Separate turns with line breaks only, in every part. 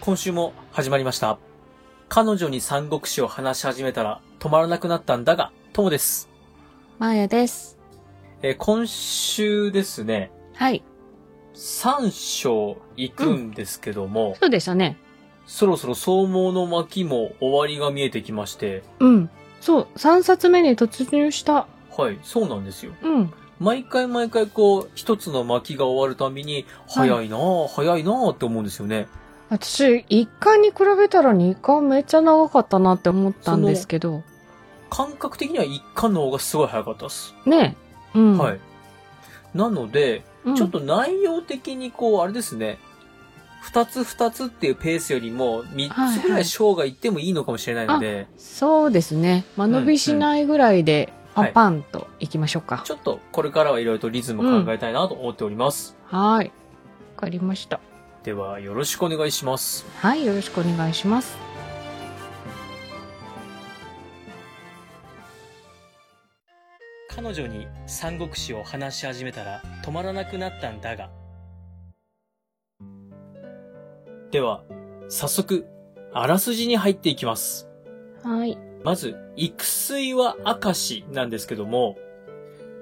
今週も始まりました。彼女に三国志を話し始めたら止まらなくなったんだが、ともです。
まやです。
えー今週ですね、
はい。
三章行くんですけども、
そうでしたね。
そろそろ総毛の巻も終わりが見えてきまして、
うん。そう。3冊目に突入した。
はい、そうなんですよ。
うん。
毎回毎回こう、一つの巻が終わるたびに、
はい
早いなぁ、早いなぁって思うんですよね。
私、1巻に比べたら2巻めっちゃ長かったなって思ったんですけど。
感覚的には一巻の方がすごい早かったです。
ねえ。うん。
はい。なので、
うん
ちょっと内容的にこう、あれですね、二つ二つっていうペースよりも、三つぐらい章がいってもいいのかもしれないので、
そうですね。間延びしないぐらいで、
うんうん
パンパンと行きましょうか。
ちょっとこれからはいろいろとリズム考えたいなと思っております。
はい。わかりました。
では、よろしくお願いします。
はい。よろしくお願いします。
彼女に三国志を話し始めたら止まらなくなったんだが。では、早速、あらすじに入っていきます。
はい。
まず、育水は明石なんですけども、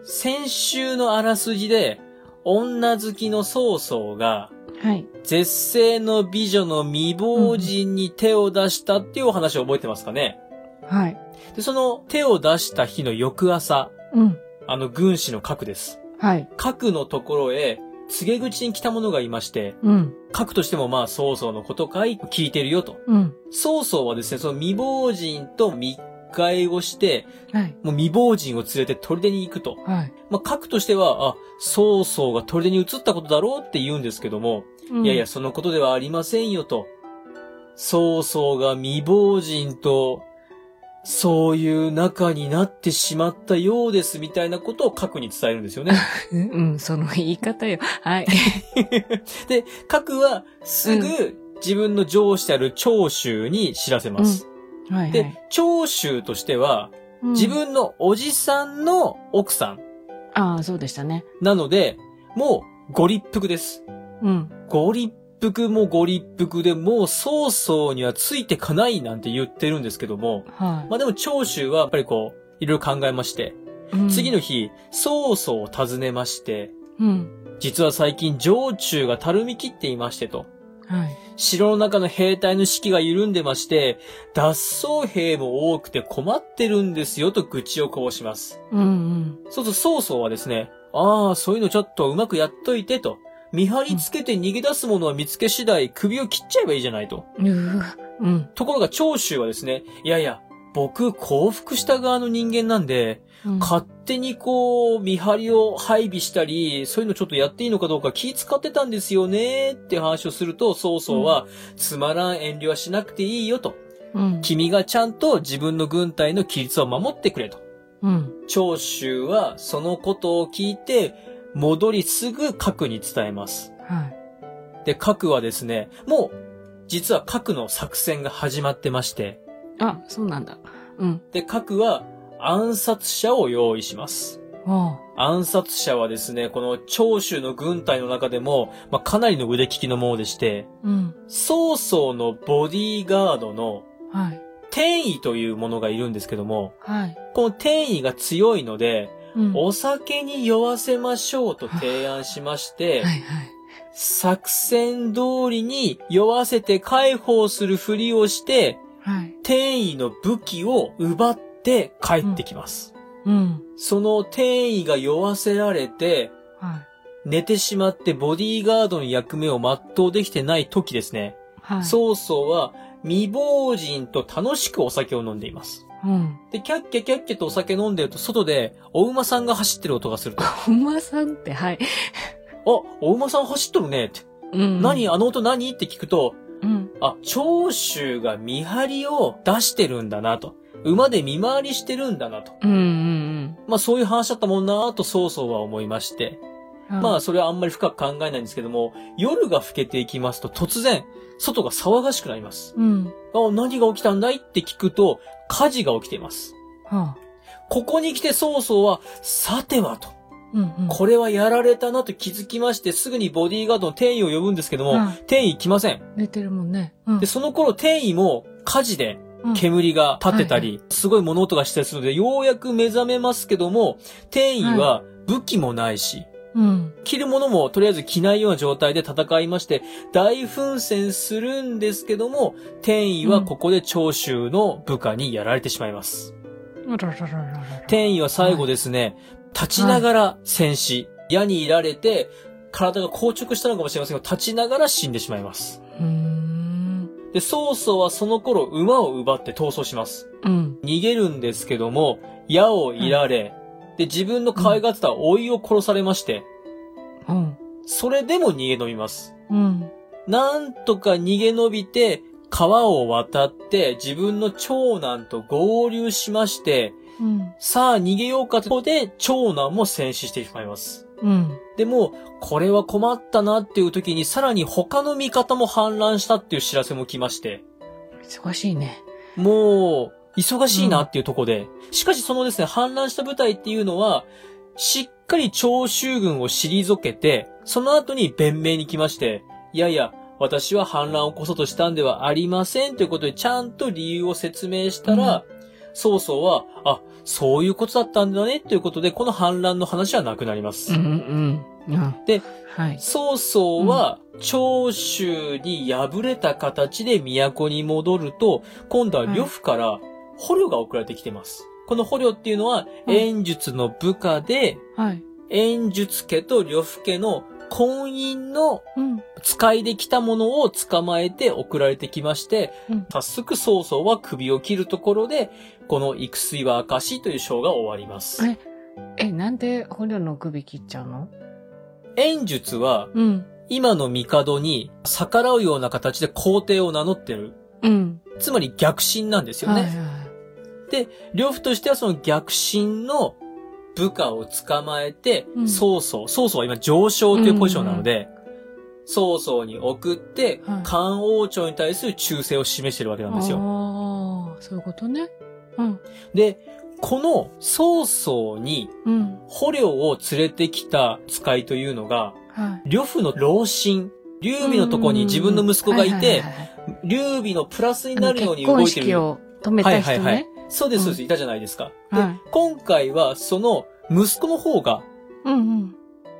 先週のあらすじで、女好きの曹操が、
はい。
絶世の美女の未亡人に手を出したっていうお話を覚えてますかね
はい。
で、その手を出した日の翌朝、
うん。
あの軍師の核です。
はい。
核のところへ、告げ口に来た者がいまして、
うん。
核としてもまあ曹操のことかい聞いてるよと。
うん。
曹操はですね、その未亡人と密会をして、
はい。
もう未亡人を連れて砦に行くと。
はい。
まあ、核としては、あ、曹操が砦に移ったことだろうって言うんですけども、
うん
いやいや、。そのことではありませんよと。曹操が未亡人と、そういう仲になってしまったようですみたいなことを核に伝えるんですよ ね。
うん、その言い方よ。はい。
で、核はすぐ自分の上司である長州に知らせます。
はい、は
で
い。、
長州としては、
うん
自分のおじさんの奥さん。
ああ、そうでしたね。
なので、もうご立腹です。
うん。
ご立腹もご立腹で、もう曹操にはついてかないなんて言ってるんですけども、
はい。
まあでも長州はやっぱりこう、いろいろ考えまして、
うん
次の。日、曹操を訪ねまして、
うん。
実は最近城中がたるみ切っていましてと、
はい。
城の中の兵隊の士気が緩んでまして、脱走兵も多くて困ってるんですよと愚痴をこぼします。
うん
そうすると曹操はですね、ああ、そういうのちょっとうまくやっといてと。見張りつけて逃げ出すものは見つけ次第首を切っちゃえばいいじゃないと。
うん。うわ。うん。
ところが長州はですね、いやいや、僕、降伏した側の人間なんで、
うん
勝手にこう、見張りを配備したり、そういうのちょっとやっていいのかどうか気使ってたんですよね、って話をすると、曹操は、つまらん遠慮はしなくていいよと。
うん。
君がちゃんと自分の軍隊の規律を守ってくれと。
うん。
長州はそのことを聞いて、戻りすぐ核に伝えます。
はい。
で、核はですね、もう、実は核の作戦が始まってまして、
あ、そうなんだ。うん。
で、核は暗殺者を用意します。
あ
暗殺者はですね、この長州の軍隊の中でも、まあ、かなりの腕利きのものでして、
あ。うん。
曹操のボディーガードの
はい。
天意というものがいるんですけども、
はい。
この天意が強いので、
うん。は
お酒に酔わせましょうと提案しまし
い
て、
はい。
作戦通りに酔わせて解放するふりをして、
はい。
天意の武器を奪って帰ってきます。
うん。
その天意が酔わせられて、
はい。
寝てしまってボディーガードの役目を全うできてない時ですね。
はい。
曹操は未亡人と楽しくお酒を飲んでいます。
う。うん。
で、キャッキャキャッキャとお酒飲んでると、外で、お馬さんが走ってる音が すると、あ、
ほんまさんって、はい。
お馬さん走っとるねって。
うん
何あの音何って聞くと、
うん。
あ、長州が見張りを出してるんだなと。馬で見回りしてるんだなと。
うんうん
まあそういう話だったもんなと曹操は思いまして。
うん。
まあそれはあんまり深く考えないんですけども、夜が更けていきますと突然、外が騒がしくなります。
うん。は
あ、何が起きたんだいって聞くと、火事が起きています。
あ。
ここに来て曹操は、さてはと。
うんうん。
これはやられたなと気づきまして、すぐにボディーガードの転移を呼ぶんですけども、
うん
転移来ません。
寝てるもんね。うん
で、。その頃転移も火事で
うん
煙が立ってたり、すごい物音がしたりするので、ようやく目覚めますけども、転移は武器もないし、
うん。
着るものもとりあえず着ないような状態で戦いまして、大奮戦するんですけども、天意はここで長州の部下にやられてしまいます。
あらららららら。
天意は最後ですね、立ちながら戦死、矢にいられて、体が硬直したのかもしれませんが、立ちながら死んでしまいます。
うーん。
で、曹操はその頃馬を奪って逃走します。
うん。
逃げるんですけども、矢をいられ、で、自分の可愛がってた老いを殺されまして、
うん。
それでも逃げ延びます。
うん。
なんとか逃げ延びて、川を渡って自分の長男と合流しまして、
うん。
さあ逃げようかとこで長男も戦死してしまいます。
うん。
でも、これは困ったなっていう時にさらに他の味方も反乱したっていう知らせも来まして、
忙しいね。
もう、忙しいなっていうとこで、しかしそのですね、反乱した部隊っていうのは、しっかり長州軍を退けて、その後に弁明に来まして、いやいや、私は反乱を起こそうとしたんではありませんということで、ちゃんと理由を説明したら、曹操は、あ、そういうことだったんだねということで、この反乱の話はなくなります。
んうん。うん
で、
はい。
曹操は長州に敗れた形で都に戻ると、今度は呂布から捕虜が送られてきてます。この捕虜っていうのは、
うん
演術の部下で、
はい。
演術家と呂布家の婚姻の
うん。
使いできたものを捕まえて送られてきまして、
うん
早速曹操は首を切るところで、この育水は証という章が終わります。
え、え、なんで捕虜の首切っちゃうの
演術は、
うん。
今の帝に逆らうような形で皇帝を名乗ってる。
うん。
つまり逆進なんですよ
はい
ね。
は
両夫としてはその逆進の部下を捕まえて
う、ん
曹操、曹操は今上昇というポジションなので、曹操に送って
はい、
漢王朝に対する忠誠を示してるわけ
い。
なんですよ。
ああ、そういうことね。うん。
で、この曹操に
うん。
捕虜を連れてきた使いというのが、
はい。
呂布の老臣、劉備のとこに自分の息子がいて、
はいはいはいはい
劉備のプラスになるように
あの
動い
結
て
婚
る。
式を止めた人
は
ね。
いはいはいそうです、そうです、
う
いたじゃないですか。で、
はい
今回はその息子の方が
うんうん。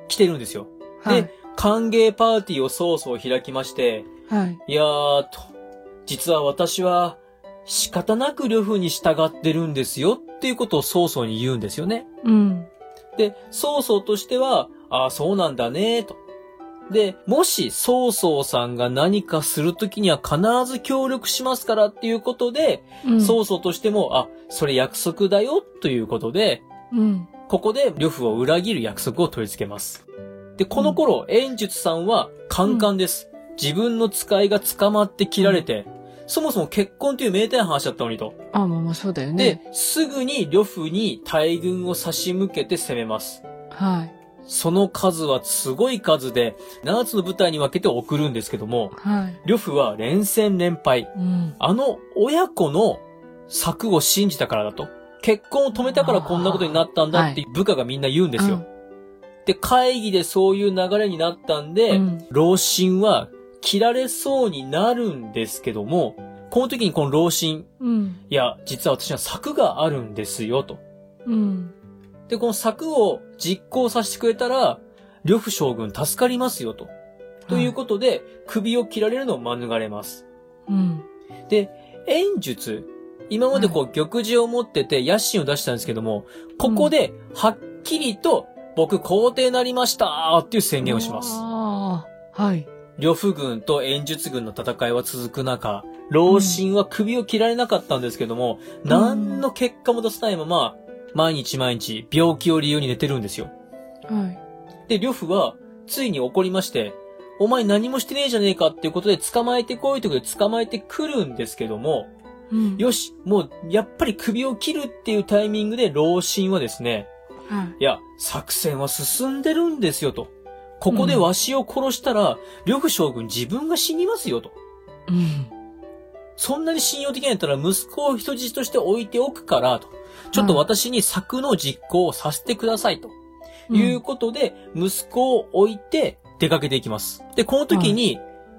来てるんですよ。
はい。
で歓迎パーティーを曹操開きまして、
はい。
いやーと、実は私は仕方なく呂布に従ってるんですよっていうことを曹操に言うんですよね。
うん。
で、曹操としては、ああ、そうなんだねと。で、もし曹操さんが何かするときには必ず協力しますからっていうことで、
うん。
曹操としても、あ、それ約束だよということで、
うん。
ここで呂布を裏切る約束を取り付けます。で、この頃、演術さんは、カンカンです。自分の使いが捕まって切られて、そもそも結婚という明太話だったのにと。
あ、まあまあそうだよ
で
ね。、
すぐに呂布に大軍を差し向けて攻めます。
はい。
その数はすごい数で、7つの部隊に分けて送るんですけども、
はい。
呂布は連戦連敗。
うん。
あの親子の策を信じたからだと。結婚を止めたからこんなことになったんだって部下がみんな言うんですよ。で、会議でそういう流れになったん
うん。
で、
うん
老臣は切られそうになるんですけども、この時にこの老臣、
うん。
いや、実は私には策があるんですよ、と。
うん。
で、この策を実行させてくれたら、呂布将軍助かりますよ、と。ということで、首を切られるのを免れます。
うん。
演術、今までこう玉璽を持ってて野心を出したんですけども、ここではっきりと僕皇帝になりましたっていう宣言をします。
ああ。はい。
呂布軍と演術軍の戦いは続く中、老臣は首を切られなかったんですけども、
うん
何の結果も出さないまま、毎日毎日病気を理由に寝てるんですよ。
はい。
で、呂布は、ついに怒りまして、お前何もしてねえじゃねえかっていうことで捕まえてこいということで捕まえてくるんですけども、
うん。
よし、もう、やっぱり首を切るっていうタイミングで老臣はですね、
はい。
いや、作戦は進んでるんですよと。ここでわしを殺したら、呂布将軍自分が死にますよと。
うん。
そんなに信用できないんだったら息子を人質として置いておくから、と。ちょっと私に策の実行をさせてくださいと。いうことで、息子を置いて出かけていきます。で、この時に、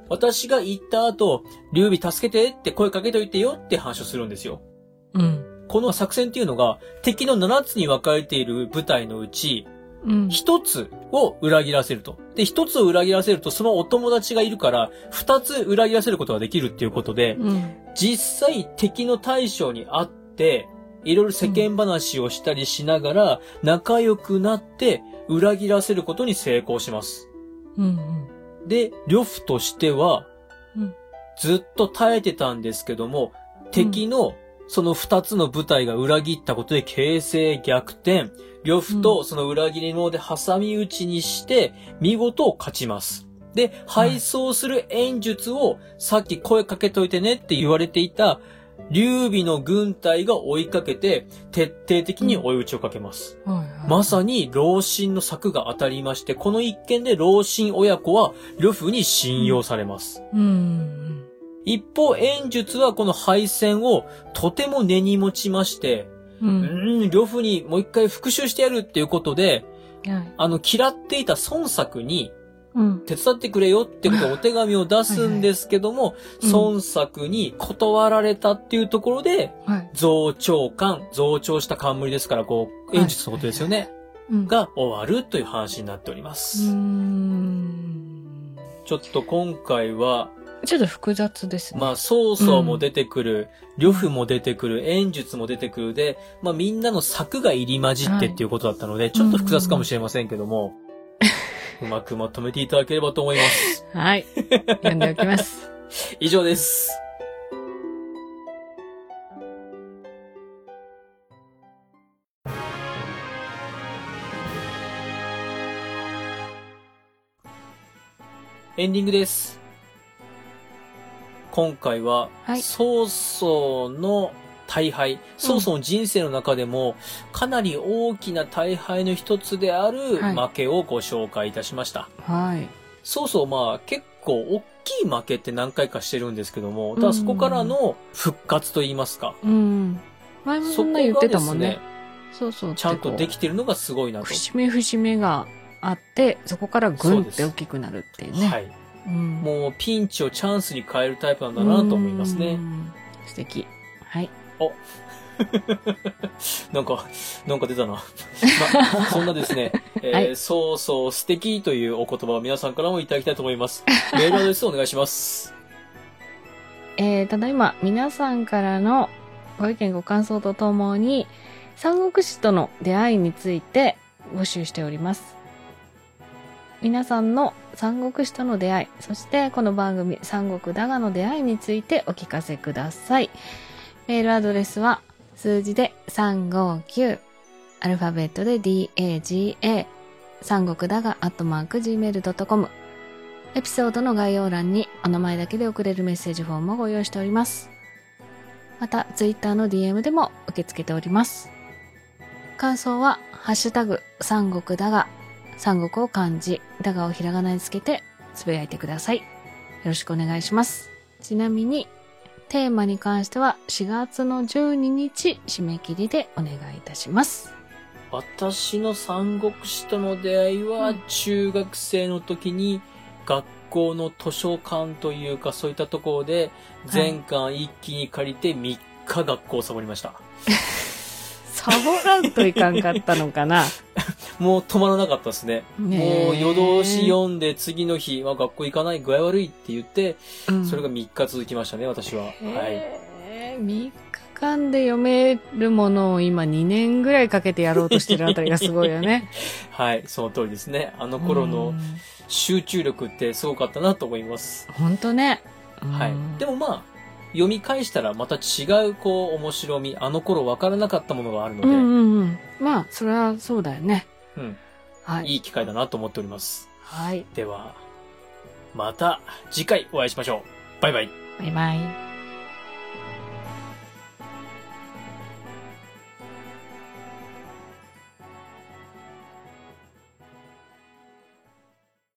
私が行った後、劉備助けてって声かけといてよって話をするんですよ。
うん。
この作戦っていうのが、敵の7つに分かれている部隊のうち、
うん。
1つを裏切らせると。で、1つを裏切らせると、そのお友達がいるから、2つ裏切らせることができるっていうことで、
うん。
実際敵の対象に会って、いろいろ世間話をしたりしながら、仲良くなって、裏切らせることに成功します。
うん。
で、呂布としては
うん、
ずっと耐えてたんですけども、敵のその二つの部隊が裏切ったことで形勢逆転、呂布とその裏切り者で挟み撃ちにして、見事勝ちます。で、敗走する演術を、さっき声かけといてねって言われていた、劉備の軍隊が追いかけて、徹底的に追い打ちをかけます。
はいはい。
まさに老心の策が当たりまして、この一件で老心親子は呂布に信用されます。
うん。
一方、演術はこの敗戦をとても根に持ちまして、
う。
うんーん、呂布にもう一回復讐してやるっていうことで、
うん。はい。
あの、嫌っていた孫作に
うん。
手伝ってくれよってことでお手紙を出すんですけども、
うん
孫作に断られたっていうところで、
はい。
増長官、増長した冠ですから、こう、演術のことですよね。
うん。
が終わるという話になっておりま
うー
す。
ん。
ちょっと今回は、
ちょっと複雑ですね。
まあ、曹操も出てくる、呂布も出てくる、演術も出てくるで、まあ、みんなの策が入り混じってっていうことだったので、ちょっと複雑かもしれませんけども、うまくまとめていただければと思います。
はい。読んでお きます。
以上です。エンディングです。今回は、
はい
曹操の大敗、曹操の人生の中でも、かなり大きな大敗の一つである
はい
負けをご紹介いたしました。
はい。
そうそう、まあ結構大きい負けって何回かしてるんですけども、ただそこからの復活と言いますか。
うん。前もそ
そこ
ん
が
な言ってた
で
も
す
んね
ね。、
そうそう。
ちゃんとできてるのがすごいなと。
節目節目があって、そこからグンって大きくなるっていうね。。
はいい。
うん、
もうピンチをチャンスに変えるタイプなんだなと思います
う
ね。
ん。素敵。はい。
なんか、なんか出たな。まあ、そんなです ね、えー
はい
そうそう素敵というお言葉を皆さんからもいただきたいと思います。メールアドレスをお願いします。
えー、ただいま、皆さんからのご意見ご感想とともに、三国志との出会いについて募集しております。皆さんの三国志との出会い、そしてこの番組三国だがの出会いについてお聞かせください。メールアドレスは数字で359、アルファベットで DAGA、三国だがアットマーク Gmail.com エピソードの概要欄にお名前だけで送れるメッセージフォームをご用意しております。また、ツイッターの DM でも受け付けております。感想は、ハッシュタグ、三国だが、三国を漢字、だがをひらがなにつけて、つぶやいてください。よろしくお願いします。ちなみに、テーマに関しては、4月の12日、締め切りでお願いいたします。
私の三国志との出会いは中学生の時に学校の図書館というかそういったところで全巻一気に借りて3日学校をサボりました。
サボらんといかんかったのかな。
もう止まらなかったですね。
ねえ
もう夜通し、読んで次の日は学校行かない具合悪いって言って、
うん
それが3日続きましたね、私は。はい。
えー、3日間で読めるものを今2年ぐらいかけてやろうとしてるあたりがすごいよ ね。
はい、その通りですね。あの頃
う
の
ん。
集中力ってすごかったなと思います。
ほんとね。
はい。で
も、
もまあ、読み返したらまた違う、こう、面白み、あの頃分からなかったものがあるの
う
で、
ん
うん
うんうん。まあ、それはそうだよね。はい。
いい機会だなと思っております。
はい。
では、また次回お会いしましょう。バイバイ。
バイバイ。